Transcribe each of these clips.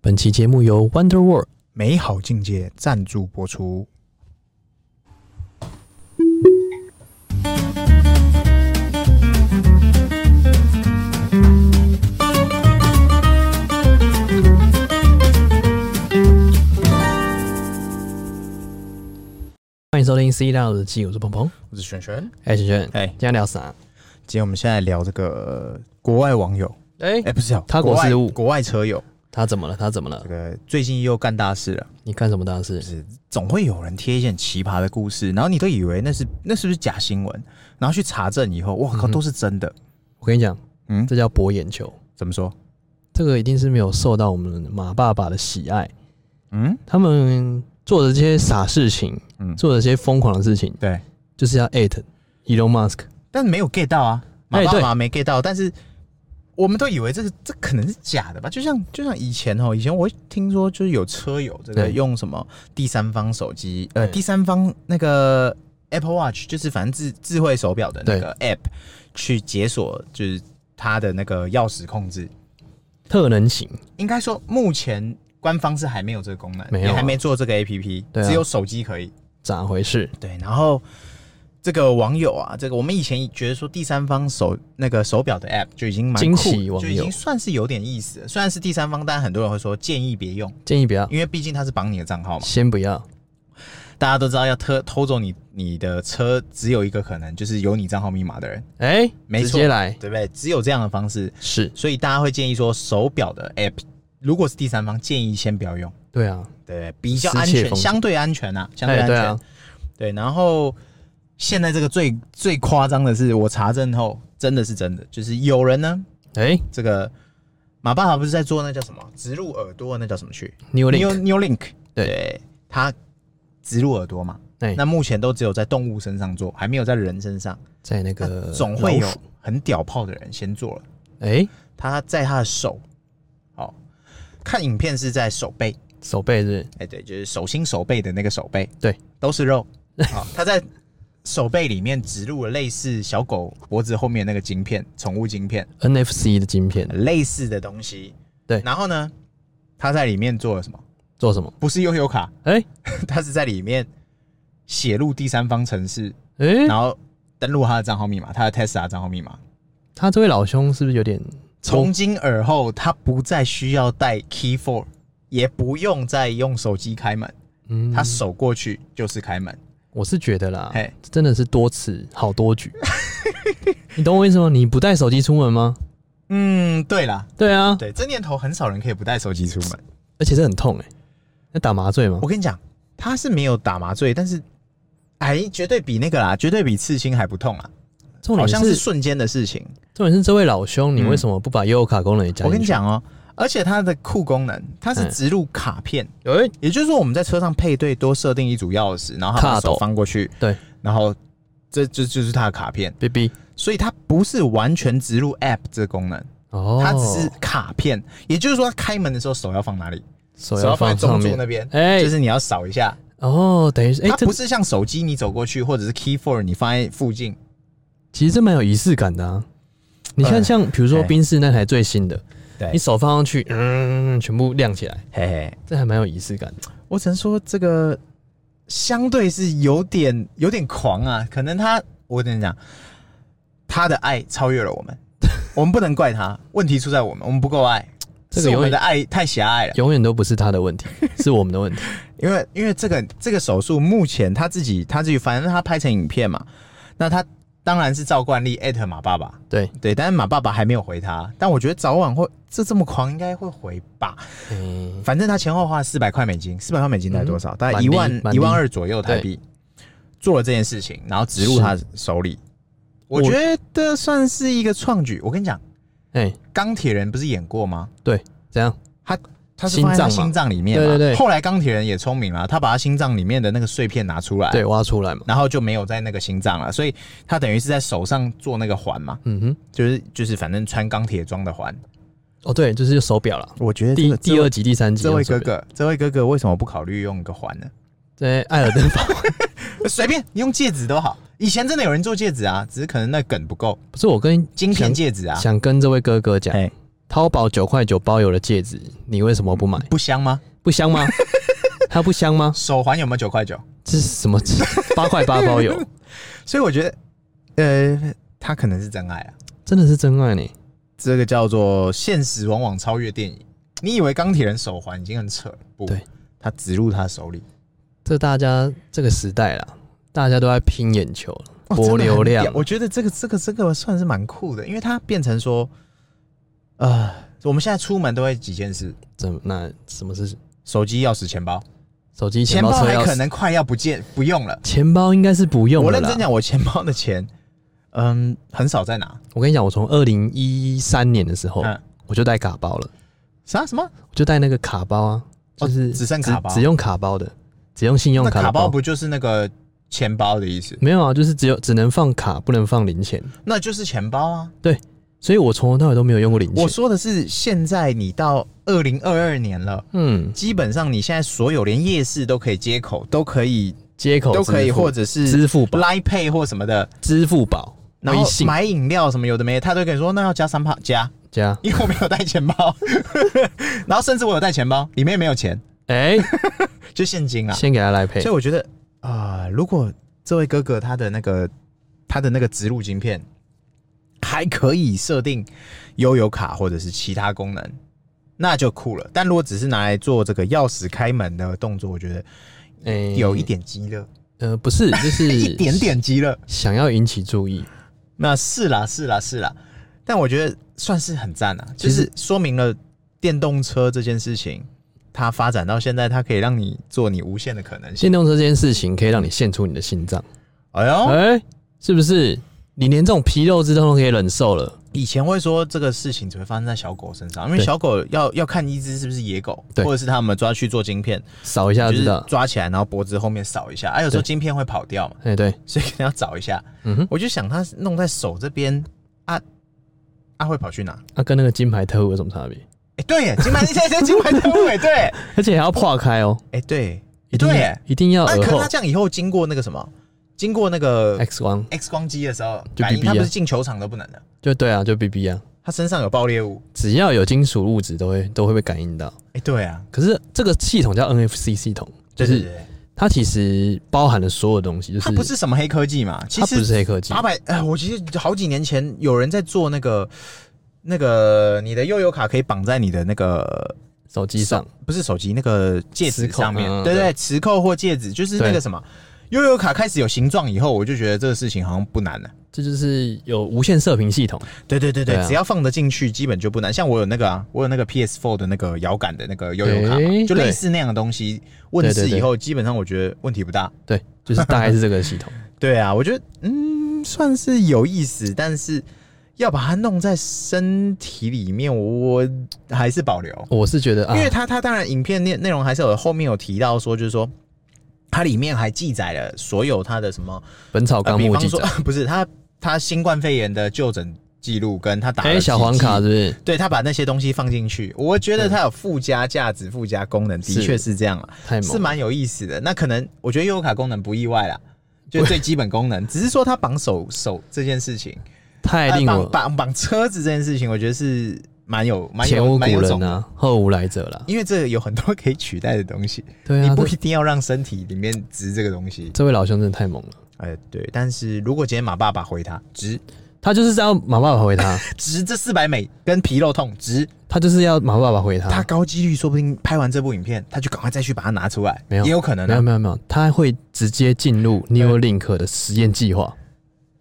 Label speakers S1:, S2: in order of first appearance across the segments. S1: 本期节目由 Wonder World
S2: 美好境界赞助播出。
S1: 欢迎收听《C 大日记》，我是鹏鹏，
S2: 我是璇璇，
S1: 哎，轩轩，
S2: 哎
S1: 今天聊啥？
S2: 今天我们现在聊这个呃国外网友，
S1: 哎
S2: 哎、不是啊
S1: 他国
S2: 国外
S1: 事务
S2: 国外车友，
S1: 他怎么了？他怎么了
S2: 这？个最近又干大事了，
S1: 你干什么大事
S2: 就？嗯是总会有人贴一些很奇葩的故事，然后你都以为那是那是不是假新闻，然后去查证以后，哇靠，
S1: 嗯哼
S2: 都是真的。
S1: 我跟你讲，
S2: 嗯，
S1: 这叫博眼球，
S2: 怎么说？
S1: 这个一定是没有受到我们马爸爸的喜爱。
S2: 嗯
S1: 他们做的这些傻事情，
S2: 嗯，
S1: 做的这些疯狂的事情，
S2: 对，
S1: 就是要 at Elon Musk。
S2: 但没有 get 到啊，马
S1: 哎
S2: 爸
S1: 对
S2: 爸没 get 到，但是我们都以为这个这可能是假的吧？就像就像以前哦，以前我会听说就是有车友这个
S1: 对
S2: 用什么第三方手机，呃，
S1: 嗯
S2: 第三方那个 Apple Watch，就是反正智智慧手表的那个 App 去解锁，就是它的那个钥匙控制。
S1: 特能型，
S2: 应该说目前官方是还没有这个功能，
S1: 没有啊
S2: 也还没做这个 APP，、
S1: 对啊
S2: 只有手机可以。
S1: 咋回事？
S2: 对，然后这个网友啊，这个我们以前觉得说第三方手那个手表的 App 就已经蛮
S1: 惊
S2: 酷
S1: 奇网友
S2: 就已经算是有点意思了。虽然是第三方，但很多人会说建议别用，
S1: 建议不要，
S2: 因为毕竟它是绑你的账号嘛。
S1: 先不要。
S2: 大家都知道要偷偷走你你的车，只有一个可能，就是有你账号密码的人，
S1: 哎，
S2: 没
S1: 直
S2: 错
S1: 接来，
S2: 对不对？只有这样的方式，
S1: 是
S2: 所以大家会建议说手表的 App 如果是第三方，建议先不要用，
S1: 对啊，
S2: 对不对？比较
S1: 失窃
S2: 安
S1: 风
S2: 全，
S1: 险
S2: 相对安全啊，相对
S1: 哎，
S2: 安
S1: 对
S2: 全。
S1: 啊，
S2: 对，然后现在这个最最夸张的是，我查证后真的是真的，就是有人呢，
S1: 哎
S2: 这个马爸爸不是在做那叫什么植入耳朵的那叫什么去
S1: ，New
S2: New
S1: Link，
S2: New Link，
S1: 对
S2: 他植入耳朵嘛，
S1: 哎
S2: 那，目前都只有在动物身上做，还没有在人身上，
S1: 在那个
S2: 那啊总会有
S1: 老鼠
S2: 很屌炮的人先做了，
S1: 哎
S2: 他在他的手，哦，看影片是在手背，
S1: 手背是不是
S2: 哎、对，就是手心手背的那个手背，
S1: 对，
S2: 都 是肉。好，他在手背里面植入了类似小狗脖子后面那个晶片，宠物晶片
S1: NFC 的晶片
S2: 类似的东西。
S1: 对
S2: 然后呢，他在里面做了什么？
S1: 做什么？
S2: 不是悠游卡，
S1: 哎
S2: 他是在里面写入第三方程式，
S1: 哎，
S2: 然后登录他的账号密码，他的 Tesla 账号密码。
S1: 他这位老兄是不是有点
S2: 从今而后，他不再需要带 key four，也不用再用手机开门，
S1: 嗯，
S2: 他手过去就是开门。
S1: 我是觉得啦
S2: 嘿，
S1: 真的是多此好多 举。你懂我意思吗？你不带手机出门吗？
S2: 嗯，对啦，
S1: 对啊，
S2: 对，这年头很少人可以不带手机出门。
S1: 而且这很痛哎、那打麻醉吗
S2: 我？跟你讲，他是没有打麻醉，但是哎，绝对比那个啦，绝对比刺青还不痛啊！
S1: 重
S2: 好
S1: 点
S2: 像
S1: 是
S2: 是瞬间的事情。
S1: 重点是这位老兄，你
S2: 嗯
S1: 为什么不把悠游卡功能也加进去？
S2: 我跟你讲哦，而且它的酷功能，它是
S1: 嗯
S2: 植入卡片，
S1: 哎、
S2: 也就是说我们在车上配对多设定一组钥匙，然后他把
S1: 卡斗
S2: 手放过去，
S1: 对，
S2: 然后这这就是它的卡片，
S1: b b
S2: 所以它不是完全植入 App 这功能，
S1: 哦，
S2: 它只是卡片，也就是说它开门的时候手要放哪里？
S1: 手
S2: 手
S1: 要
S2: 要放
S1: 放
S2: 在中
S1: 上
S2: 柱
S1: 面
S2: 那边，
S1: 哎、
S2: 就是你要扫一下。
S1: 哦，等于是哎、
S2: 它
S1: 这
S2: 不是像手机，你走过去或者是 key four 你放在附近，
S1: 其实这蛮有仪式感的啊。你看，
S2: 哎
S1: 像比如说
S2: 哎
S1: 宾士那台最新的，
S2: 对
S1: 你手放上去，嗯，全部亮起来，
S2: 嘿嘿，
S1: 这还蛮有仪式感的。
S2: 我只能说这个相对是有点有点狂啊，可能他我跟你讲，他的爱超越了 我们，我们不能怪他，问题出在我们，我们不够爱，
S1: 这个
S2: 是我
S1: 有
S2: 们的爱太狭隘了，
S1: 永远都不是他的 问题，是我们的问题。
S2: 因为因为这个这个手术目前他自己他自己反正他拍成影片嘛，那他当然是照惯例艾特马爸爸，
S1: 对，
S2: 对，但是马爸爸还没有回他，但我觉得早晚会这这么狂应该会回吧。
S1: 嗯，
S2: 反正他前后花四百块美金，四百块美金大概多少？大概
S1: 蛮
S2: 一
S1: 低
S2: 万
S1: 蛮低
S2: 一万二左右台币，做了这件事情，然后植入
S1: 是
S2: 他手里。我
S1: 我
S2: 觉得算是一个创举。我跟你讲，
S1: 哎、
S2: 钢铁人不是演过吗？
S1: 对，怎样？
S2: 他是放在他
S1: 心脏嘛
S2: 心脏里面嘛。
S1: 对对对
S2: 后来钢铁人也聪明了，他把他心脏里面的那个碎片拿出来，
S1: 对，挖出来嘛。
S2: 然后就没有在那个心脏了，所以他等于是在手上做那个环嘛，
S1: 嗯哼，
S2: 就是就是反正穿钢铁装的环。
S1: 哦，对，就是手表了。
S2: 我觉得
S1: 第
S2: 哎
S1: 一
S2: 这个
S1: 第二集、第三集
S2: 这
S1: 用
S2: 位
S1: 手
S2: 哥
S1: 表，
S2: 哥，这位哥哥为什么不考虑用一个环呢？
S1: 在艾尔 登法，
S2: 随便你用戒指都好。以前真的有人做戒指啊，只是可能那梗不够，
S1: 不是我跟
S2: 精品
S1: 想
S2: 戒指啊。
S1: 想跟这位哥哥讲
S2: 哎，
S1: 淘宝九块九包邮的戒指，你为什么 不买？
S2: 不香吗？
S1: 不香吗？它不香吗？
S2: 手环有没有九块九？
S1: 这是什 么？八块八包邮，
S2: 所以我觉得，呃，他可能是真爱啊。
S1: 真的是真爱呢。
S2: 这个叫做现实往往超越电影。你以为钢铁人手环已经很扯了，不，
S1: 对，
S2: 他植入他手里，
S1: 这大家这个时代啦，大家都在拼眼球了，
S2: 哇
S1: 博流
S2: 真的很
S1: 量
S2: 屌我觉得这个这个这个算是蛮酷的，因为它变成说，呃，我们现在出门都会几件事：
S1: 怎那什么是
S2: 手机、钥匙、钱包。
S1: 手机、
S2: 钱
S1: 包、车
S2: 还
S1: 钥
S2: 可
S1: 匙？
S2: 能快要不见不用了。
S1: 钱包应该是不用
S2: 我
S1: 了
S2: 认
S1: 啦。
S2: 真讲，我钱包的钱，嗯，很少在拿。
S1: 我跟你讲，我从二零一三年的时候，
S2: 嗯
S1: 我就带卡包了，
S2: 啥什么？
S1: 我就带那个卡包啊，
S2: 哦
S1: 就是
S2: 只剩卡包
S1: 只用卡包的，只用信用
S2: 那
S1: 卡
S2: 卡
S1: 的
S2: 包
S1: 包。
S2: 不就是那个钱包的意思？
S1: 没有啊，就是只有只能放卡，不能放零钱，
S2: 那就是钱包啊。
S1: 所以我从头到尾都没有用过零钱
S2: 我。说的是，现在你到二零二二年了，
S1: 嗯，
S2: 基本上你现在所有连夜市都可以接口，都可以
S1: 接口
S2: 都可
S1: 哦
S2: 以，
S1: 支付
S2: 或者是
S1: 支付宝、
S2: Line Pay 或什么的，
S1: 支付宝、
S2: 然
S1: 微
S2: 后
S1: 信
S2: 买饮料什么有的没的，他都会跟你说那要加三趴加，
S1: 加。
S2: 因为我没有带钱包， 然后甚至我有带钱包，里面没有钱，
S1: 哎，
S2: 就现金啊。
S1: 先给他来配
S2: 所以。我觉得啊、如果这位哥哥他的那个他的那个植入晶片还可以设定悠游卡或者是其他功能，那就酷了。但如果只是拿来做这个钥匙开门的动作，我觉得
S1: 哎，
S2: 有一点鸡肋，
S1: 呃，不是，就是
S2: 一点点鸡肋。
S1: 想要引起注意。
S2: 那是啦，是啦，是啦。但我觉得算是很赞啊，就
S1: 其实
S2: 是说明了电动车这件事情，它发展到现在，它可以让你做你无限的可能性。
S1: 电动车这件事情可以让你献出你的心脏，
S2: 哎呦，
S1: 哎，是不是？你连这种皮肉之痛都可以忍受了，
S2: 以前会说这个事情只会发生在小狗身上，因为
S1: 对
S2: 小狗要要看一只是不是野狗，
S1: 对
S2: 或者是他们抓去做晶片，
S1: 扫一下
S2: 就
S1: 知
S2: 是
S1: 道。
S2: 抓起来然后脖子后面扫一下，哎、有时候
S1: 对
S2: 晶片会跑掉嘛，
S1: 哎，对，
S2: 所以可能要找一下。
S1: 嗯哼，
S2: 我就想它弄在手这边，啊啊会跑去哪？
S1: 那、跟那个金牌特务有什么差别？
S2: 哎、对耶，金牌现在金牌特务哎，对，哎、
S1: 而且还要破开哦，
S2: 对，
S1: 一定要
S2: 对耶
S1: 一定要
S2: 啊，可
S1: 耳
S2: 是
S1: 后
S2: 它这样以后经过那个什么，经过那个
S1: X 光，
S2: X 光机的时候，
S1: 就
S2: 反应
S1: BB
S2: 它不
S1: 啊
S2: 是进球场都不能的，
S1: 就对啊，就 BB 啊，
S2: 它身上有爆裂物。
S1: 只要有金属物质都会都会被感应到。
S2: 哎、对啊，
S1: 可是这个系统叫 NFC 系统，就
S2: 对对对
S1: 是
S2: 对，
S1: 它其实包含了所有东西，就是
S2: 它不是什么黑科技嘛，其
S1: 它
S2: 实
S1: 不是黑科技
S2: 八，百，哎，我其实好几年前有人在做那个那个你的悠游卡可以绑在你的那个
S1: 手机上
S2: 不是手机那个戒指
S1: 磁扣
S2: 上面，
S1: 嗯嗯
S2: 对
S1: 对
S2: 对，磁扣或戒指，就是那个
S1: 对
S2: 什么悠游卡开始有形状以后，我就觉得这个事情好像不难了。
S1: 这就是有无线射频系统，
S2: 对对对对，
S1: 对啊
S2: 只要放得进去，基本就不难。像我有那个啊，我有那个 PS4 的那个摇杆的那个悠游卡嘛，
S1: 诶
S2: 就类似那样的东西，问世以后，基本上我觉得问题不大。
S1: 对，就是大概是这个 系统。
S2: 对啊，我觉得嗯算是有意思，但是要把它弄在身体里面，我还是保留，
S1: 我是觉得啊
S2: 因，为它它当然影片内内容还是有后面有提到说，就是说它里面还记载了所有它的什么，
S1: 《本草
S2: 呃
S1: 纲
S2: 比
S1: 目》
S2: 方
S1: 记
S2: 说
S1: 载，
S2: 不是它它新冠肺炎的就诊记录跟它打了
S1: 哎，小
S2: 几
S1: 黄卡
S2: 剂
S1: 是不是？
S2: 对他把那些东西放进去，我觉得它有附加价值、附加功能，的
S1: 是
S2: 确是这样啊。
S1: 太猛
S2: 是
S1: 了，
S2: 蛮有意思的。那可能我觉得悠游卡功能不意 外啦，就最基本功能，只是说它绑手手这件事情，
S1: 太令
S2: 呃
S1: 我
S2: 绑绑绑车子这件事情，我觉得是蛮有蛮
S1: 前
S2: 有
S1: 无
S2: 蛮
S1: 古
S2: 有
S1: 人
S2: 种的。
S1: 啊，后无来者啦。
S2: 因为这个有很多可以取代的东西，
S1: 对
S2: 你
S1: 啊，
S2: 不
S1: 这
S2: 一定要让身体里面植这个东西。
S1: 这位老兄真的太猛了，
S2: 哎，对，但是如果今天马爸爸回他植
S1: 他就是要马爸爸回 他，
S2: 植这四百美跟皮肉痛植，
S1: 他就是要马爸爸回
S2: 他
S1: 他。
S2: 高几率说不定拍完这部影片，他就赶快再去把它拿出来，
S1: 没有
S2: 也有可能
S1: 没
S2: 啊
S1: 有。没有没有，他会直接进入 Neuralink 的实验计划。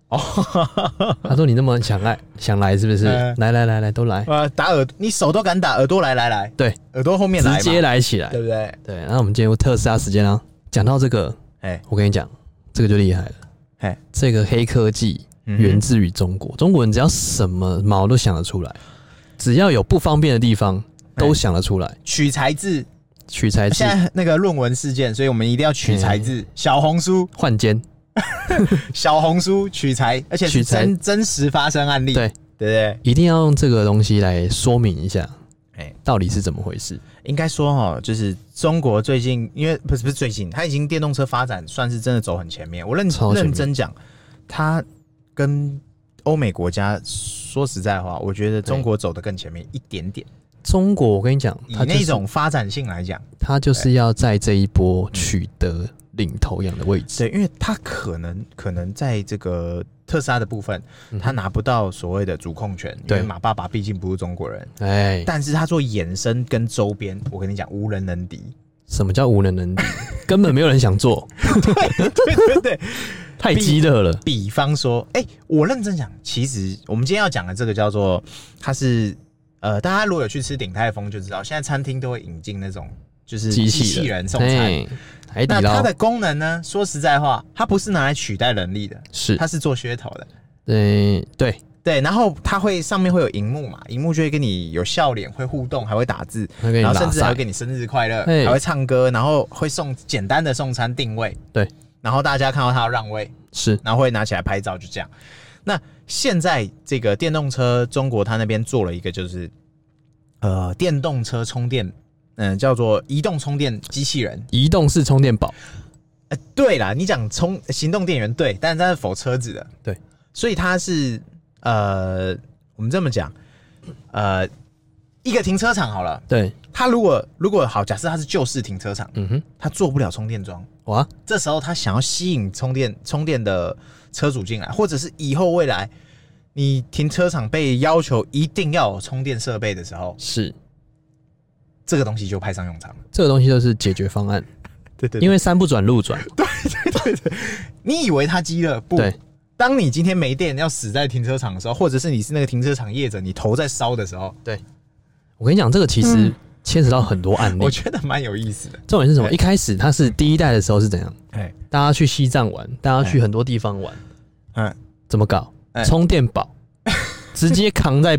S1: 哦， 他说你那么想来想来是不是
S2: 嗯？
S1: 来来来来都来，
S2: 呃，打耳，你手都敢打，耳朵来来来，
S1: 对，
S2: 耳朵后面来嘛
S1: 直接来起来
S2: 对。不对？
S1: 对，然后我们进入特斯拉时间啊。讲到这个，
S2: 哎
S1: 我跟你讲，这个就厉害了。
S2: 哎，
S1: 这个黑科技
S2: 嗯哼
S1: 源自于中国，中国人只要什么毛都想得出来，只要有不方便的地方都想得出来。
S2: 取材自
S1: 取材是
S2: 现在那个论文事件，所以我们一定要取材自小红书，
S1: 换肩，
S2: 小红书取材，而且是
S1: 取材
S2: 真真实发生案例，
S1: 对
S2: 对不对？
S1: 一定要用这个东西来说明一下，
S2: 哎
S1: 到底是怎么回事？
S2: 应该说哦，就是中国最近，因为不是不是最近，它已经电动车发展算是真的走很前面。我认
S1: 超前面
S2: 认真讲，它跟欧美国家，说实在话，我觉得中国走得更前面一点点。
S1: 中国，我跟你讲，
S2: 以
S1: 它就
S2: 那
S1: 是
S2: 种嗯发展性来讲，
S1: 它就是要在这一波取得领头羊的位置。
S2: 对，因为他可能可能在这个特斯拉的部分，
S1: 嗯
S2: 他拿不到所谓的主控权，因
S1: 对
S2: 为马爸爸毕竟不是中国人，
S1: 哎，
S2: 但是他做衍生跟周边，我跟你讲，无人能敌。
S1: 什么叫无人能敌？ 根本没有人想做，
S2: 对对对，
S1: 太鸡肋了。
S2: 比方说，哎、我认真讲，其实我们今天要讲的这个叫做，它是呃，大家如果有去吃鼎泰丰就知道，现在餐厅都会引进那种就是
S1: 机
S2: 器
S1: 器
S2: 人
S1: 人
S2: 送餐。
S1: 哎海底
S2: 那它
S1: 捞
S2: 的功能呢？说实在话，它不是拿来取代人力的，
S1: 是
S2: 它，是做噱头的。
S1: 嗯，对，
S2: 对，然后它会上面会有荧幕嘛，荧幕就会跟你有笑脸，会互动，还会打字，
S1: 会给你
S2: 然后
S1: 拉
S2: 甚至还
S1: 塞
S2: 会，给你生日快乐，
S1: 嘿
S2: 还会唱歌，然后会送简单的送餐定位。
S1: 对，
S2: 然后大家看到它要让位，
S1: 是
S2: 然后会拿起来拍照，就这样。那现在这个电动车，中国它那边做了一个就是，呃，电动车充电，嗯、叫做移动充电机器人。
S1: 移动式充电宝，
S2: 呃，对啦，你讲充行动电源对，但是它是否车子的，
S1: 对，
S2: 所以它是呃，我们这么讲，呃，一个停车场好了，
S1: 对，
S2: 它如果如果好，假设它是旧式停车场，
S1: 嗯哼，
S2: 它做不了充电桩，
S1: 哇，
S2: 这时候他想要吸引充电充电的车主进来，或者是以后未来你停车场被要求一定要有充电设备的时候，
S1: 是
S2: 这个东西就派上用场了。
S1: 这个东西就是解决方案，
S2: 对对
S1: 因
S2: 为
S1: 为山不转路转，
S2: 你以为他鸡了，不？
S1: 对，
S2: 当你今天没电要死在停车场的时候，或者是你是那个停车场业者，你头在烧的时候，
S1: 我跟你讲，这个其实牵扯到很多案例
S2: 我。觉得蛮有意思的。
S1: 重点是什么？
S2: 对
S1: 一开始它是第一代的时候是怎样？
S2: 哎，
S1: 大家去西藏玩，大家去
S2: 哎
S1: 很多地方玩，
S2: 嗯，
S1: 怎么搞
S2: 哎？
S1: 充电 宝直接扛在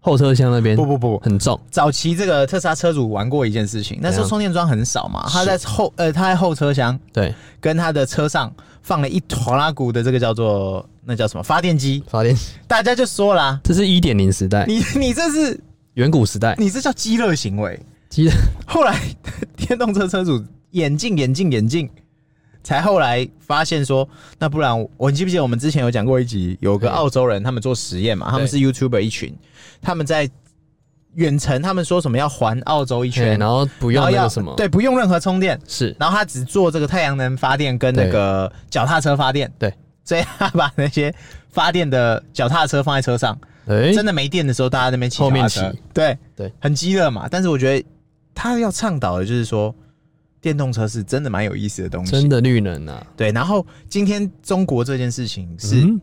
S1: 后车厢那边
S2: 不，不不，
S1: 很重。
S2: 早期这个特斯拉车主玩过一件事情，那时
S1: 怎
S2: 候
S1: 样
S2: 充电桩很少嘛，他在后呃他在后车厢
S1: 对，
S2: 跟他的车上放了一坨拉鼓的这个叫做那叫什么发电机，
S1: 发电，
S2: 大家就说啦，
S1: 这是一点零时代，
S2: 你你这是
S1: 远古时代。
S2: 你这叫饥饿行为。
S1: 其实
S2: 后来电动车车主眼镜眼镜眼镜，才后来发现说，那不然我我你记不记得我们之前有讲过一集，有个
S1: 对
S2: 澳洲人他们做实验嘛，他们是 YouTuber 一群，他们在远程，他们说什么要环澳洲一
S1: 对，
S2: 圈，
S1: 哎然后不
S2: 不
S1: 用那
S2: 要
S1: 个什么，
S2: 对，不用任何充电，
S1: 是
S2: 然后他只做这个太阳能发电跟那个脚踏车发电，
S1: 对，
S2: 所以他把那些发电的脚踏车放在车上，
S1: 哎，
S2: 真的没电的时候，大家在那边骑
S1: 后面
S2: 脚踏车
S1: 骑，
S2: 对
S1: 对，
S2: 很激烈嘛。但是我觉得他要倡导的就是说，电动车是真的蛮有意思的东
S1: 真
S2: 西。
S1: 的绿能啊，
S2: 对，然后今天中国这件事情是
S1: 嗯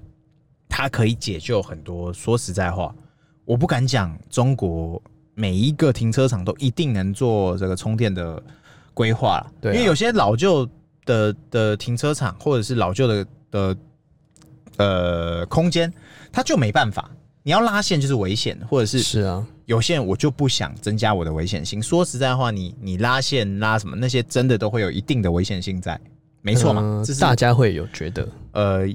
S2: 它可以解救很多。说实在话，我不敢讲中国每一个停车场都一定能做这个充电的规划了，
S1: 对啊
S2: 因为有些老旧的的停车场或者是老旧的的呃空间，它就没办法。你要拉线就是危险，或者是
S1: 是啊，
S2: 有些人我就不想增加我的危险性。说实在话，你你拉线拉什么那些，真的都会有一定的危险性在，没错嘛，
S1: 嗯
S2: 这是
S1: 大家会有觉得
S2: 呃，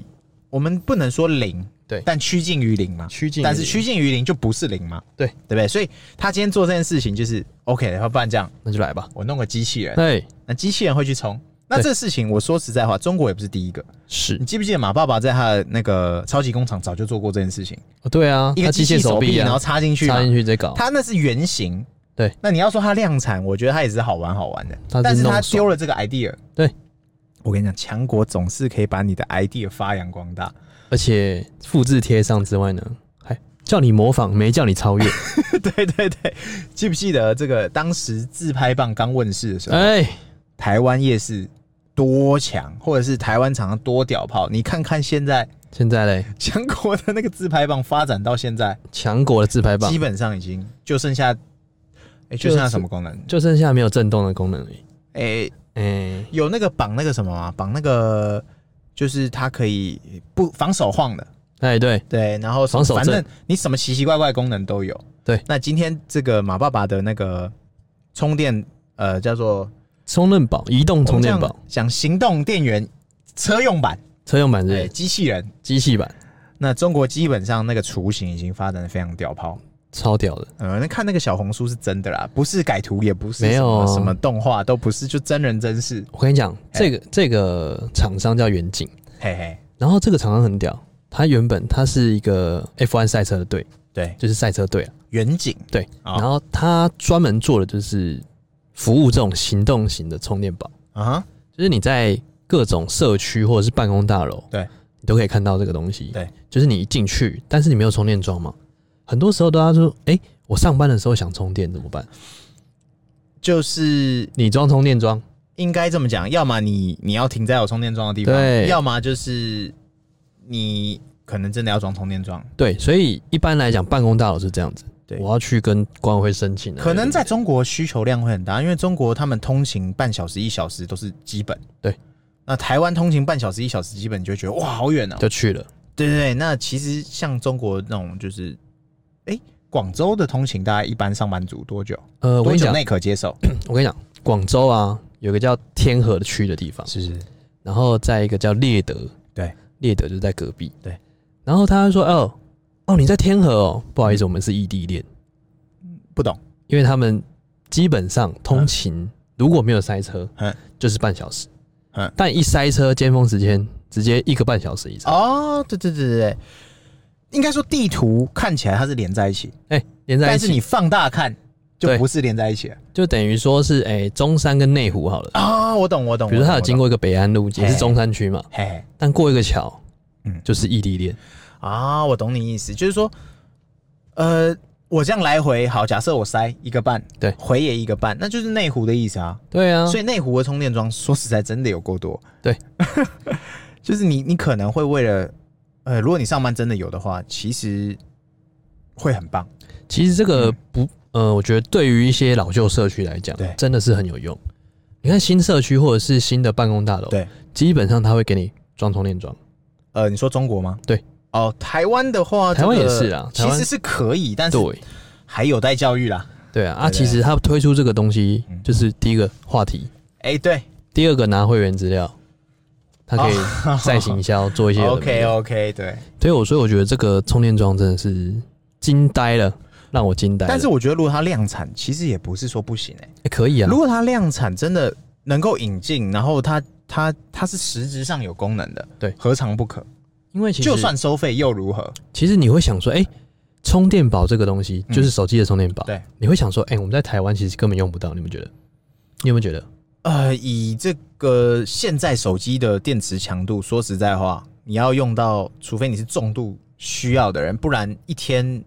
S2: 我们不能说零，
S1: 对
S2: 但趋近于零嘛。
S1: 趋近于零，
S2: 但是趋近于零就不是零嘛，
S1: 对
S2: 对不对？所以他今天做这件事情就是 OK，要不然这样，
S1: 那就来吧，
S2: 我弄个机器人，
S1: 哎，
S2: 那机器人会去冲。那
S1: 对
S2: 这事情我说实在话，中国也不是第一个。
S1: 是
S2: 你记不记得马爸爸在他的那个超级工厂早就做过这件事情？
S1: 哦对啊，
S2: 一个
S1: 它
S2: 机
S1: 机械
S2: 器手
S1: 臂
S2: 然后
S1: 啊，
S2: 插进去嘛，
S1: 插进去再搞，
S2: 它那是原型。
S1: 对，
S2: 那你要说它量产，我觉得它也是好玩好玩的，
S1: 它是
S2: 但是它
S1: 弄爽
S2: 丢了这个 idea。
S1: 对，
S2: 我跟你讲，强国总是可以把你的 idea 发扬光大。
S1: 而且复制贴上之外呢，还叫你模仿，没叫你超越，
S2: 对对对，记不记得这个当时自拍棒刚问世的时候，
S1: 哎，
S2: 台湾夜市多强，或者是台湾厂商多屌炮？你看看现在
S1: 现在嘞，
S2: 强国的那个自拍棒发展到现在，
S1: 强国的自拍棒
S2: 基本上已经就剩下，哎，就剩下什么功能？
S1: 就剩下没有震动的功能而已，
S2: 哎，
S1: 哎，
S2: 有那个绑那个什么吗？绑那个就是它可以不防手晃的，
S1: 哎对，
S2: 对，然后什么
S1: 防守
S2: 反
S1: 阵
S2: 正你什么奇奇怪怪功能都有。
S1: 对，
S2: 那今天这个马爸爸的那个充电，呃，叫做
S1: 充电宝，移动充电
S2: 我
S1: 宝
S2: 们，讲讲行动电源车用版，
S1: 车用版是不
S2: 对，
S1: 是
S2: 机器人。
S1: 机器版，
S2: 那中国基本上那个雏形已经发展的非常屌炮，
S1: 超屌的，
S2: 呃，那看那个小红书是真的啦，不是改图，也不是
S1: 没有
S2: 什么什么动画，都不是，就真人真事，哎
S1: 我跟你讲，这个这个厂商叫远景。
S2: 嘿嘿，
S1: 然后这个厂商很屌，他原本他是一个 F1 赛车的队，
S2: 对，
S1: 就是赛车队啊，
S2: 远景
S1: 对。
S2: 哦
S1: 然后他专门做的就是服务这种行动型的充电宝，
S2: 啊哈，
S1: 就是你在各种社区或者是办公大楼，
S2: 对，
S1: 你都可以看到这个东西。
S2: 对，
S1: 就是你一进去，但是你没有充电桩嘛，很多时候都要说，哎、我上班的时候想充电怎么办？
S2: 就是
S1: 你装充电桩，
S2: 应该这么讲，要么你你要停在有充电桩的地方，
S1: 对
S2: 要么就是你可能真的要装充电桩，
S1: 对，所以一般来讲，办公大楼是这样子，
S2: 对
S1: 我要去跟管委会申请啊，
S2: 可能在中国需求量会很大，因为中国他们通勤半小时一小时都是基本。
S1: 对，
S2: 那台湾通勤半小时一小时基本，你就会觉得哇好远哦、
S1: 就去了。
S2: 对对对，那其实像中国那种就是，哎、广州的通勤大概一般上班族多久？
S1: 呃，我跟
S2: 多
S1: 你
S2: 久
S1: 讲，
S2: 内可接 受？
S1: 我跟你讲，广州啊，有个叫天河的区的地方，
S2: 是是，
S1: 然后在一个叫猎德，
S2: 对，
S1: 猎德就在隔壁，
S2: 对。
S1: 然后他就说：“哦，哦，你在天河哦，不好意思，我们是异地恋，
S2: 不懂。
S1: 因为他们基本上通勤如果没有塞车
S2: 嗯，
S1: 就是半小时
S2: 嗯，
S1: 但一塞车，尖峰时间直接一个半小时以上，
S2: 哦，对对对对对，应该说地图看起来它是连在一起，
S1: 哎，连在一
S2: 但是
S1: 起
S2: 你放大看就
S1: 对
S2: 不是连在一起了
S1: 就等于说是哎中山跟内湖好了，
S2: 啊、我懂，我懂。
S1: 比如说
S2: 我
S1: 他有
S2: 懂
S1: 经，过一个北安路，也是
S2: 哦嘿
S1: 中山区嘛，
S2: 我懂嘿。
S1: 但过一个桥
S2: 嗯，
S1: 就是异地恋，
S2: 啊，我懂你意思，就是说，呃，我这样来回好，假设我塞一个半，
S1: 对
S2: 回也一个半，那就是内湖的意思啊。
S1: 对啊，
S2: 所以内湖的充电桩，说实在真的有够多。
S1: 对，
S2: 就是你你可能会为了，呃，如果你上班真的有的话，其实会很棒。
S1: 其实这个不，呃，我觉得对于一些老旧社区来讲
S2: 嗯对，
S1: 真的是很有用。你看新社区或者是新的办公大楼，
S2: 对，
S1: 基本上它会给你装充电桩，
S2: 呃，你说中国吗？
S1: 对。
S2: 哦，台湾的话，
S1: 台湾
S2: 这个
S1: 也是啊台
S2: 其
S1: 湾
S2: 实是可以，但是
S1: 对，
S2: 还有待教育啦。
S1: 对啊，啊，
S2: 对对嗯
S1: 其实它推出这个东西，就是第一个话题，
S2: 哎、对
S1: 第二个拿会员资料，它可以再行销做一些有的没
S2: 哦
S1: 的
S2: ，OK 哦 OK，对。
S1: 对我，所以我觉得这个充电桩真的是惊呆了，让我惊呆了。
S2: 但是我觉得，如果它量产，其实也不是说不行哎、
S1: 欸可以啊
S2: 如，果它量产真的能够引进，然后它它它是实质上有功能的，
S1: 对
S2: 何尝不可？
S1: 因为其实
S2: 就算收费又如何？
S1: 其实你会想说，哎、充电宝这个东西
S2: 嗯
S1: 就是手机的充电宝、
S2: 对，
S1: 你会想说，哎、我们在台湾其实根本用不到，你们觉得？你有没有觉得？
S2: 呃，以这个现在手机的电池强度，说实在话，你要用到，除非你是重度需要的人，不然一天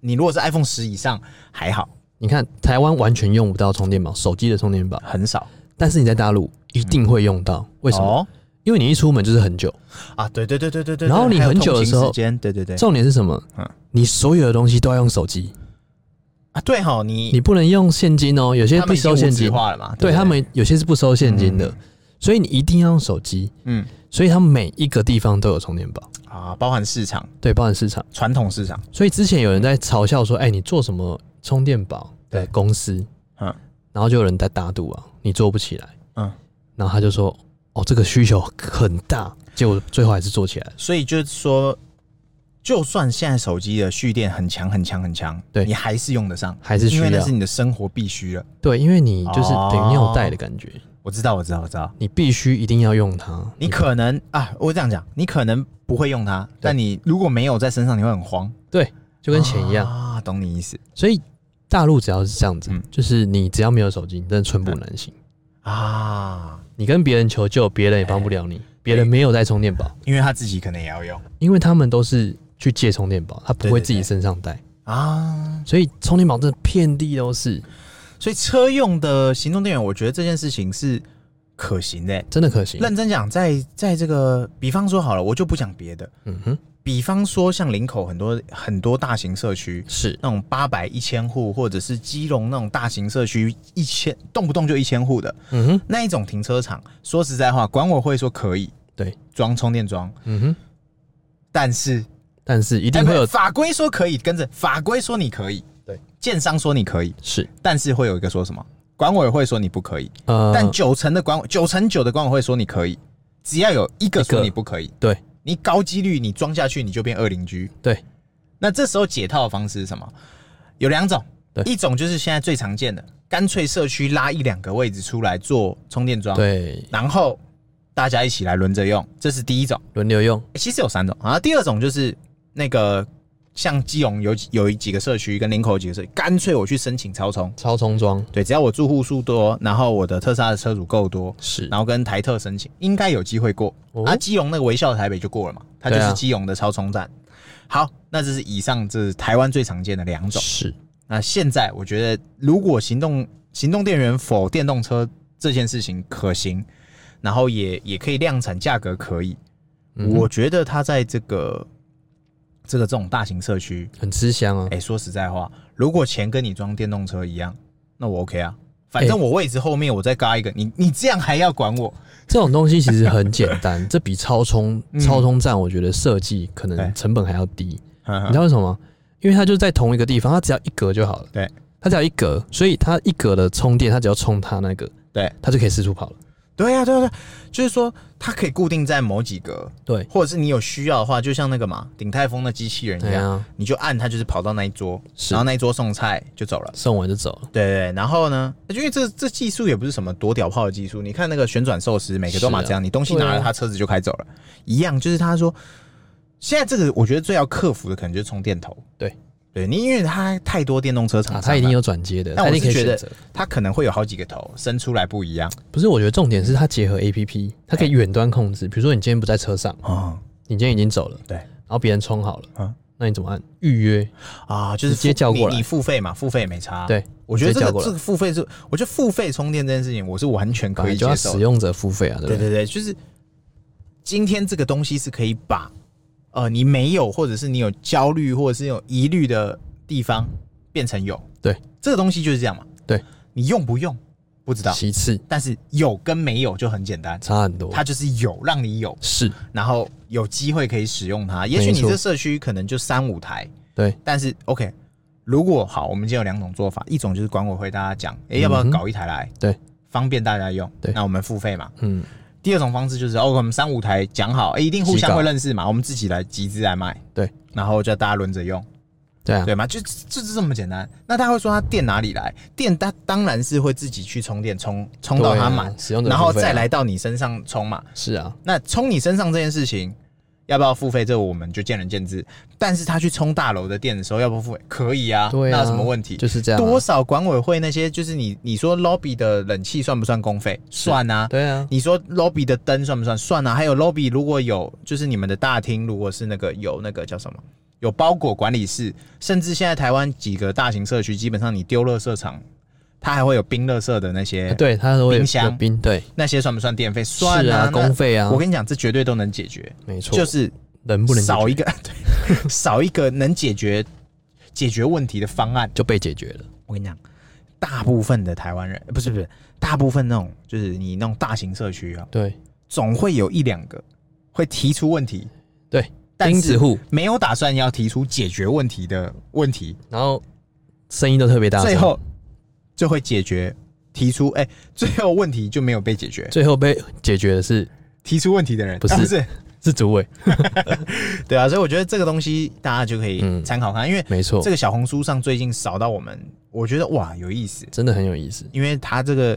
S2: 你如果是 iPhone 十以上还好，
S1: 你看台湾完全用不到充电宝，手机的充电宝，
S2: 很少。
S1: 但是你在大陆一定会用到，为什么？
S2: 哦
S1: 因为你一出门就是很久。
S2: 啊，对对对对对对。
S1: 然后
S2: 对
S1: 你
S2: 还有
S1: 很久
S2: 通
S1: 的
S2: 勤
S1: 时候
S2: 时间，对对对。
S1: 重点是什么？
S2: 嗯
S1: 你所有的东西都要用手机，
S2: 啊，对哈，你
S1: 你不能用现金哦，有些
S2: 他
S1: 不
S2: 们已经
S1: 收现
S2: 无纸
S1: 金，
S2: 化了嘛？
S1: 对
S2: 不
S1: 他，们有些是不收现金的，所以你一定要用手机。
S2: 嗯
S1: 所以它每一个地方都有充电宝，
S2: 啊，包含市场。
S1: 对，包含市场。
S2: 传统市场，
S1: 所以之前有人在嘲笑说：“哎、你做什么充电宝的
S2: 对
S1: 公司？”
S2: 嗯
S1: 然后就有人在打赌啊，你做不起来。
S2: 嗯，
S1: 然后他就说：“哦，这个需求很大。”结果最后还是做起来了。
S2: 所以就是说，就算现在手机的蓄电很强很强很强，
S1: 对
S2: 你还是用得上，
S1: 还是需要
S2: 因为那是你的生活必须了。
S1: 对，因为你就是
S2: 哦
S1: 等于尿袋的感觉，
S2: 我知道，我知道，我知道。
S1: 你必须一定要用它。
S2: 你可能啊，我这样讲，你可能不会用它，但你如果没有在身上，你会很慌，
S1: 对，就跟钱一样。
S2: 啊，懂你意思
S1: 所以大陆只要是这样子，
S2: 嗯
S1: 就是你只要没有手机，你真的寸步难行。
S2: 啊，
S1: 你跟别人求救，别人也帮不了你，别人没有带充电宝，
S2: 因为他自己可能也要用
S1: 因为他们都是去借充电宝，他不
S2: 对
S1: 会
S2: 对
S1: 自己
S2: 对
S1: 身上带。
S2: 啊，
S1: 所以充电宝真的遍地都是，
S2: 所以车用的行动电源，我觉得这件事情是可行的欸、
S1: 真的可行。
S2: 认真讲，在在这个，比方说好了，我就不讲别的，
S1: 嗯哼，
S2: 比方说像林口很多很多大型社区，
S1: 是
S2: 那种八百一千户，或者是基隆那种大型社区一千，动不动就一千户的
S1: 嗯哼，
S2: 那一种停车场，说实在话，管委会说可以
S1: 对，
S2: 装充电桩，
S1: 嗯哼，
S2: 但是
S1: 但是一
S2: 一
S1: 定会有
S2: 法规说可以，跟着法规说你可以，
S1: 对，
S2: 建商说你可以，
S1: 是
S2: 但是会有一个说什么？管委会说你不可以，
S1: 呃，
S2: 但九成的管九成九的管委会说你可以，只要有一个
S1: 一
S2: 说
S1: 个
S2: 你不可以，
S1: 对
S2: 你高几率你装下去你就变二邻居。
S1: 对，
S2: 那这时候解套的方式是什么？有两种
S1: 对，
S2: 一种就是现在最常见的，干脆社区拉一两个位置出来做充电桩，
S1: 对
S2: 然后大家一起来轮着用，这是第一种。
S1: 轮流用，
S2: 欸其实有三种啊。第二种就是那个像基隆有几有几个社区跟林口有几个社区，干脆我去申请超充。
S1: 超充装
S2: 对，只要我住户数多，然后我的特斯拉的车主够多，
S1: 是
S2: 然后跟台特申请，应该有机会过。
S1: 哦
S2: 啊，基隆那个微笑台北就过了嘛，它就
S1: 对啊
S2: 是基隆的超充站。好，那这是以上这是台湾最常见的两种。
S1: 是
S2: 那现在我觉得，如果行动行动电源否电动车这件事情可行，然后也也可以量产，价格可以，
S1: 嗯
S2: 我觉得它在这个这个这种大型社区，
S1: 很吃香啊
S2: 哎、。说实在话，如果钱跟你装电动车一样，那我 OK 啊。反
S1: 哎
S2: 正我位置后面我再嘎一个，你你这样还要管我？
S1: 这种东西其实很简单， 这比超充
S2: 嗯
S1: 超充站我觉得设计可
S2: 对嗯
S1: 能成本还要低。
S2: 呵
S1: 你知
S2: 呵
S1: 道为什么吗？因为它就在同一个地方，它只要一格就好了。
S2: 对，
S1: 它只要一格，所以它一格的充电，它只要充它那个，
S2: 对，
S1: 它就可以四处跑了。
S2: 对呀、啊，对呀、啊，对啊就是说它可以固定在某几格，
S1: 对
S2: 或者是你有需要的话，就像那个嘛鼎泰丰的机器人一
S1: 对
S2: 样，
S1: 啊，
S2: 你就按它就是跑到那一桌，
S1: 是
S2: 然后那一桌送菜就走了。
S1: 送完就走了。
S2: 对对对，然后呢？就因为这这技术也不是什么多屌炮的技术，你看那个旋转寿司，每个都嘛这
S1: 是啊
S2: 样，你东西拿
S1: 对
S2: 了，
S1: 啊
S2: 他车子就开走了，一样。就是他说，现在这个我觉得最要克服的可能就是充电头。
S1: 对，
S2: 对你，因为它太多电动车厂
S1: 啊，
S2: 商了，
S1: 它一定有转接的，
S2: 但
S1: 它
S2: 我
S1: 一定可以
S2: 是觉
S1: 选
S2: 得
S1: 择。
S2: 它可能会有好几个头伸出来不一样
S1: 不是，我觉得重点是它结合 A P P，它
S2: 哎
S1: 可以远端控制。比如说你今天不在车上，
S2: 啊、
S1: 你今天已经走了，
S2: 对
S1: 然后别人充好了，
S2: 嗯
S1: 那你怎么按预约？
S2: 啊，就是
S1: 直接
S2: 付
S1: 叫过
S2: 你
S1: 来
S2: 你付费嘛，付费没差。，
S1: 对，
S2: 我觉得这
S1: 直接叫过
S2: 个
S1: 来
S2: 这个付费是，我觉得付费充电这件事情我是完全
S1: 本
S2: 可
S1: 来
S2: 以
S1: 就要
S2: 接受
S1: 使
S2: 的。
S1: 用者付费啊，对不
S2: 对
S1: 对？
S2: 对对，就是今天这个东西是可以把呃你没有，或者是你有焦虑，或者是有疑虑的地方变成有。
S1: 对，
S2: 这个东西就是这样嘛。
S1: 对，
S2: 你用不用不知道，
S1: 其次
S2: 但是有跟没有就很简单，
S1: 差很多，
S2: 它就是有让你有，
S1: 是
S2: 然后有机会可以使用它。也许
S1: 没
S2: 你
S1: 错
S2: 这社区可能就三五台，
S1: 对，
S2: 但是 OK。如果好，我们今天有两种做法，一种就是管委会大家讲，哎、要不要
S1: 嗯哼
S2: 搞一台来？
S1: 对，
S2: 方便大家用。
S1: 对
S2: 那我们付费嘛。
S1: 嗯，
S2: 第二种方式就是哦，我们三五台讲好，诶一定互
S1: 集稿
S2: 相会认识嘛，我们自己来集资来卖，
S1: 对，
S2: 然后叫大家轮着用，
S1: 对啊，
S2: 对吗？就就是这么简单。那他会说他电哪里来？电他当然是会自己去充电，充充到
S1: 对啊
S2: 它满，
S1: 使用者
S2: 然后
S1: 付费啊
S2: 再来到你身上充嘛。
S1: 是啊，
S2: 那充你身上这件事情。要不要付费？这我们就见仁见智。但是他去充大楼的电的时候，要不要付费？可以啊，
S1: 对啊，
S2: 那有什么问题？
S1: 就是这样啊，
S2: 多少管委会那些，就是你你说 lobby 的冷气算不算公费？算啊，
S1: 对啊，
S2: 你说 lobby 的灯算不算？算啊。还有 lobby 如果有，就是你们的大厅，如果是那个有那个叫什么，有包裹管理室，甚至现在台湾几个大型社区，基本上你丢垃圾场，它还会有冰垃圾的那些，
S1: 啊对，它都会有
S2: 冰箱
S1: 有冰，对，
S2: 那些算不算电费？
S1: 是
S2: 算
S1: 啊，公
S2: 那
S1: 费啊，
S2: 我跟你讲，这绝对都能解决，
S1: 没错，
S2: 就是
S1: 人不能解决
S2: 少一个 对少一个能解决解决问题的方案。
S1: 就被解决了，
S2: 我跟你讲，大部分的台湾人呃不是不是，大部分那种就是你那种大型社区啊，
S1: 对，
S2: 总会有一两个会提出问题，
S1: 对，
S2: 但
S1: 钉子
S2: 是
S1: 户，
S2: 没有打算要提出解决问题的问题，
S1: 然后声音都特别大声，
S2: 最后就会解决提出，哎、最后问题就没有被解决，
S1: 最后被解决的是
S2: 提出问题的人
S1: 不是
S2: 啊不是，
S1: 是主委，
S2: 对啊，所以我觉得这个东西大家就可以
S1: 嗯
S2: 参考看，因为
S1: 没错
S2: 这，个小红书上最近扫到我们，我觉得哇有意思，
S1: 真的很有意思，
S2: 因为他这个，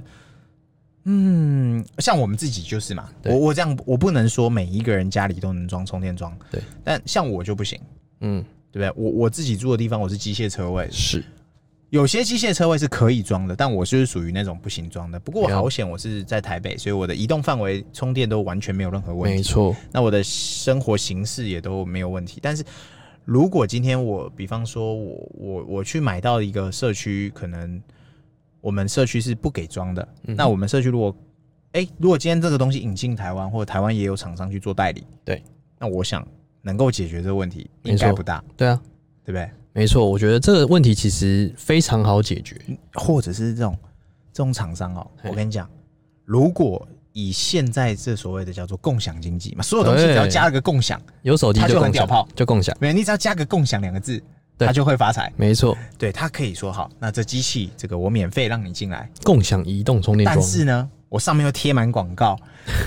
S2: 嗯，像我们自己就是嘛，
S1: 对
S2: 我我这样我不能说每一个人家里都能装充电桩，
S1: 对，
S2: 但像我就不行。
S1: 嗯，
S2: 对不对？我我自己住的地方我是机械车位，
S1: 是
S2: 有些机械车位是可以装的，但我就是属于那种不行装的。不过
S1: 了解
S2: 好险我是在台北，所以我的移动范围充电都完全没有任何问
S1: 没
S2: 题。
S1: 错，
S2: 那我的生活形式也都没有问题。但是如果今天我，比方说我我我去买到一个社区，可能我们社区是不给装的，
S1: 嗯哼
S2: 那我们社区如果哎、如果今天这个东西引进台湾，或者台湾也有厂商去做代理，
S1: 对，
S2: 那我想能够解决这个问题
S1: 没
S2: 应该
S1: 错
S2: 不大，
S1: 对啊，
S2: 对不对？
S1: 没错，我觉得这个问题其实非常好解决，
S2: 或者是这种这种厂商哦，
S1: 嘿
S2: 我跟你讲，如果以现在这所谓的叫做共享经济嘛，所有东西
S1: 对
S2: 只要加了个共享，
S1: 有手机
S2: 他就很
S1: 共
S2: 屌炮
S1: 享，就共享，
S2: 没有你只要加个共享两个字，
S1: 对
S2: 他就会发财。
S1: 没错，
S2: 对他可以说好，那这机器这个我免费让你进来，
S1: 共享移动充电
S2: 但
S1: 桩，
S2: 是呢，我上面会贴满广 告，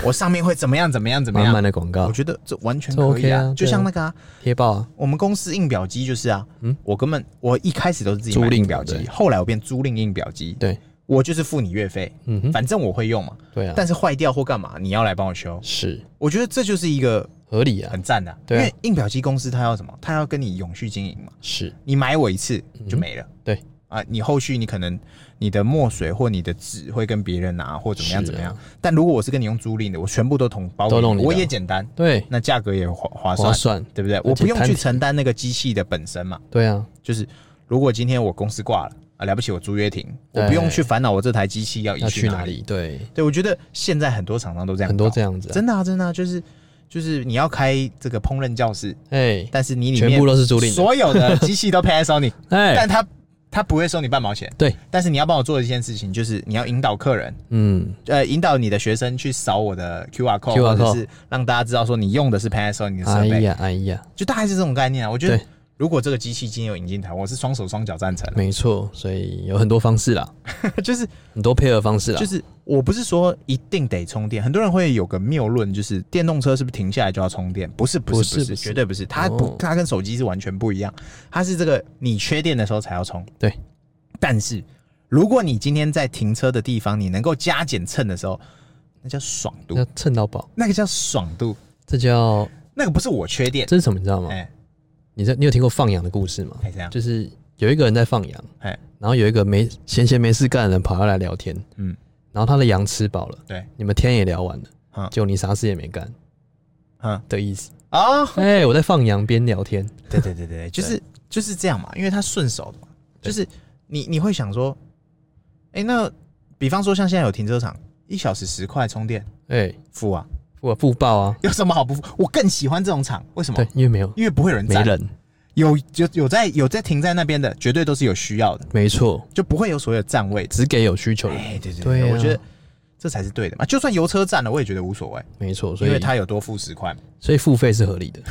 S2: 我上面会怎么样怎么样怎么
S1: 满
S2: 样
S1: 满。的广
S2: 我
S1: 告
S2: 觉得这完全
S1: 这
S2: 可以
S1: OK 啊
S2: 啊
S1: 对，啊
S2: 就像那个啊，
S1: 贴报啊，
S2: 我们公司印表机就是啊，
S1: 嗯
S2: 我根本我一开始都是自己买
S1: 租赁
S2: 印
S1: 的
S2: 表机
S1: 对，
S2: 后来我变租赁印表机，
S1: 对，
S2: 我就是付你月费，
S1: 嗯哼，
S2: 反正我会用嘛。
S1: 对啊，
S2: 但是坏掉或干嘛，你要来帮我修。
S1: 是
S2: 我觉得这就是一个
S1: 合理啊，
S2: 很赞的、
S1: 对啊
S2: 因为印表机公司它要什么？它要跟你永续经营嘛。
S1: 是
S2: 你买我一次就没了。
S1: 嗯对
S2: 啊，你后续你可能你的墨水或你的纸会跟别人拿，或怎么样
S1: 是啊
S2: 怎么样。但如果我是跟你用租赁的，我全部都同包
S1: 都弄你的
S2: 我也简单，
S1: 对，
S2: 那价格也划划算，
S1: 划算，
S2: 对不对？
S1: 且
S2: 我不用
S1: 摊
S2: 去
S1: 平
S2: 承担那个机器的本身嘛。
S1: 对啊，
S2: 就是如果今天我公司挂了啊，了不起我租约停，
S1: 对
S2: 我不用去烦恼我这台机器要移
S1: 要去
S2: 哪
S1: 哪里？对，
S2: 对，我觉得现在很多厂商都这样搞，
S1: 很多这样子啊，
S2: 真的啊，真的啊，就是就是你要开这个烹饪教室，
S1: 哎，
S2: 但是你里面
S1: 全部都是租赁的，
S2: 所有的机器都配在 Sony，但
S1: 哎，
S2: 他他不会收你半毛钱。
S1: 对，
S2: 但是你要帮我做一件事情，就是你要引导客人，
S1: 嗯，
S2: 呃，引导你的学生去扫我的 QR code，
S1: QR
S2: 或
S1: code
S2: 者是让大家知道说你用的是 Panasonic 的设
S1: 哎
S2: 备，
S1: 呀，哎呀，
S2: 就大概是这种概念啊。我觉得
S1: 对
S2: 如果这个机器今天有引进台湾，我是双手双脚赞成 啊，
S1: 没错，所以有很多方式啦，
S2: 就是
S1: 很多配合方式啦，
S2: 就是我不是说一定得充电，很多人会有个谬论，就是电动车是不是停下来就要充电？不是，不
S1: 不
S2: 是，
S1: 是
S2: 不
S1: 不
S2: 是，
S1: 是
S2: 绝对不是。它
S1: 哦
S2: 不，它跟手机是完全不一样，它是这个你缺电的时候才要充。
S1: 对，
S2: 但是如果你今天在停车的地方，你能够加减秤的时候，那叫爽度
S1: 要，蹭到饱，
S2: 那个叫爽度，
S1: 这叫
S2: 那个不是我缺电，
S1: 这是什么？你知道吗？
S2: 哎，
S1: 你知道你有听过放羊的故事吗？
S2: 可以这样，
S1: 就是有一个人在放羊，
S2: 哎，
S1: 然后有一个没闲闲没事干的人跑下来聊天，
S2: 嗯，
S1: 然后他的羊吃饱了，
S2: 对，
S1: 你们天也聊完了
S2: 嗯，
S1: 就你啥事也没干
S2: 嗯，
S1: 的意思。
S2: 哦，
S1: 哎、我在放羊边聊天，
S2: 对对对对，就是就是这样嘛，因为它顺手的嘛，
S1: 对
S2: 就是你你会想说，哎、那比方说像现在有停车场，一小时十块充电
S1: 哎、
S2: 付啊，
S1: 我不报啊，
S2: 有什么好不付？我更喜欢这种场，为什么
S1: 对？，因为没有
S2: 因为不会有人
S1: 没
S2: 占，
S1: 人，
S2: 有有有在有在停在那边的，绝对都是有需要的，
S1: 没错，
S2: 就不会有所有占位置。
S1: 只给有需求的人，
S2: 哎、对对
S1: 对啊
S2: 我觉得这才是对的嘛。就算油车占了，我也觉得无所谓，
S1: 没错，所
S2: 因为
S1: 以
S2: 它有多付十块嘛。
S1: 所以付费是合理的，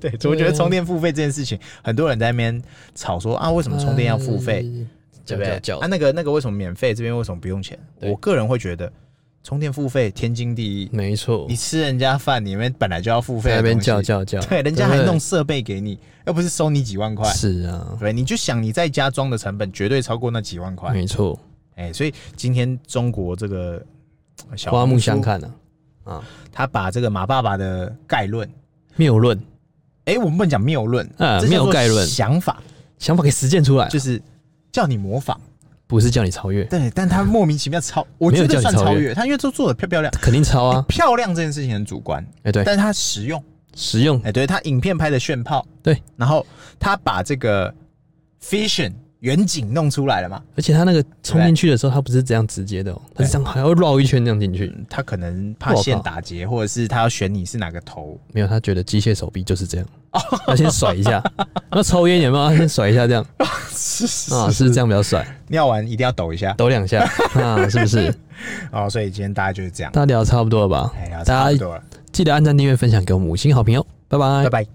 S2: 对，我觉得充电付费这件事情，很多人在那边吵说啊，为什么充电要付费？
S1: 呃，
S2: 对
S1: 叫
S2: 不对
S1: 叫？叫
S2: 啊，，那个那个为什么免费？这边为什么不用钱？
S1: 对
S2: 我个人会觉得充电付费天经地义。
S1: 没错
S2: 你，吃人家饭，你们本来就要付费
S1: 在那
S2: 的
S1: 边
S2: 东西
S1: 叫，叫叫，
S2: 对，人家还
S1: 不
S2: 弄设备给你，又不是收你几万块，
S1: 是啊，
S2: 对，你就想你在家装的成本绝对超过那几万块，
S1: 没错，
S2: 哎，所以今天中国这个呃小
S1: 刮目
S2: 红书
S1: 相，看啊，啊，
S2: 他把这个马爸爸的概论，
S1: 谬论
S2: 哎，我们不能讲谬论，
S1: 啊，
S2: 这叫
S1: 没有
S2: 做
S1: 概论，
S2: 想法
S1: 想法给实践出来啊，
S2: 就是叫你模仿，
S1: 不是叫你超越，
S2: 对，但他莫名其妙超，我
S1: 没
S2: 觉
S1: 有
S2: 得
S1: 叫你
S2: 算
S1: 超
S2: 超
S1: 越
S2: 越，他因为都做的漂漂亮。
S1: 肯定超啊，
S2: 漂亮这件事情很主观，
S1: 哎、对，
S2: 但是它实用。
S1: 实用
S2: 哎、，对，它影片拍的炫炮，
S1: 对，
S2: 然后他把这个 vision 远景弄出来了嘛，
S1: 而且它那个冲进去的时候，它不是这样直接的哦，它是这样还要绕一圈这样进去。
S2: 他可能怕线打结，或者是他要选你是哪个头，
S1: 没有，他觉得机械手臂就是这样， 他先甩一 下。那抽烟有没有？他先甩一下这样
S2: 是 是
S1: 啊，是这样比较甩，
S2: 尿完一定要抖一下
S1: 抖两下 啊，是不 是？
S2: 哦，所以今天大家就是这样，
S1: 大家聊得差不多了吧？
S2: 哎
S1: 大
S2: 呀，差
S1: 家
S2: 不多了，
S1: 记得按赞、订阅、分享给我们五星好评哦，拜拜
S2: 拜。拜。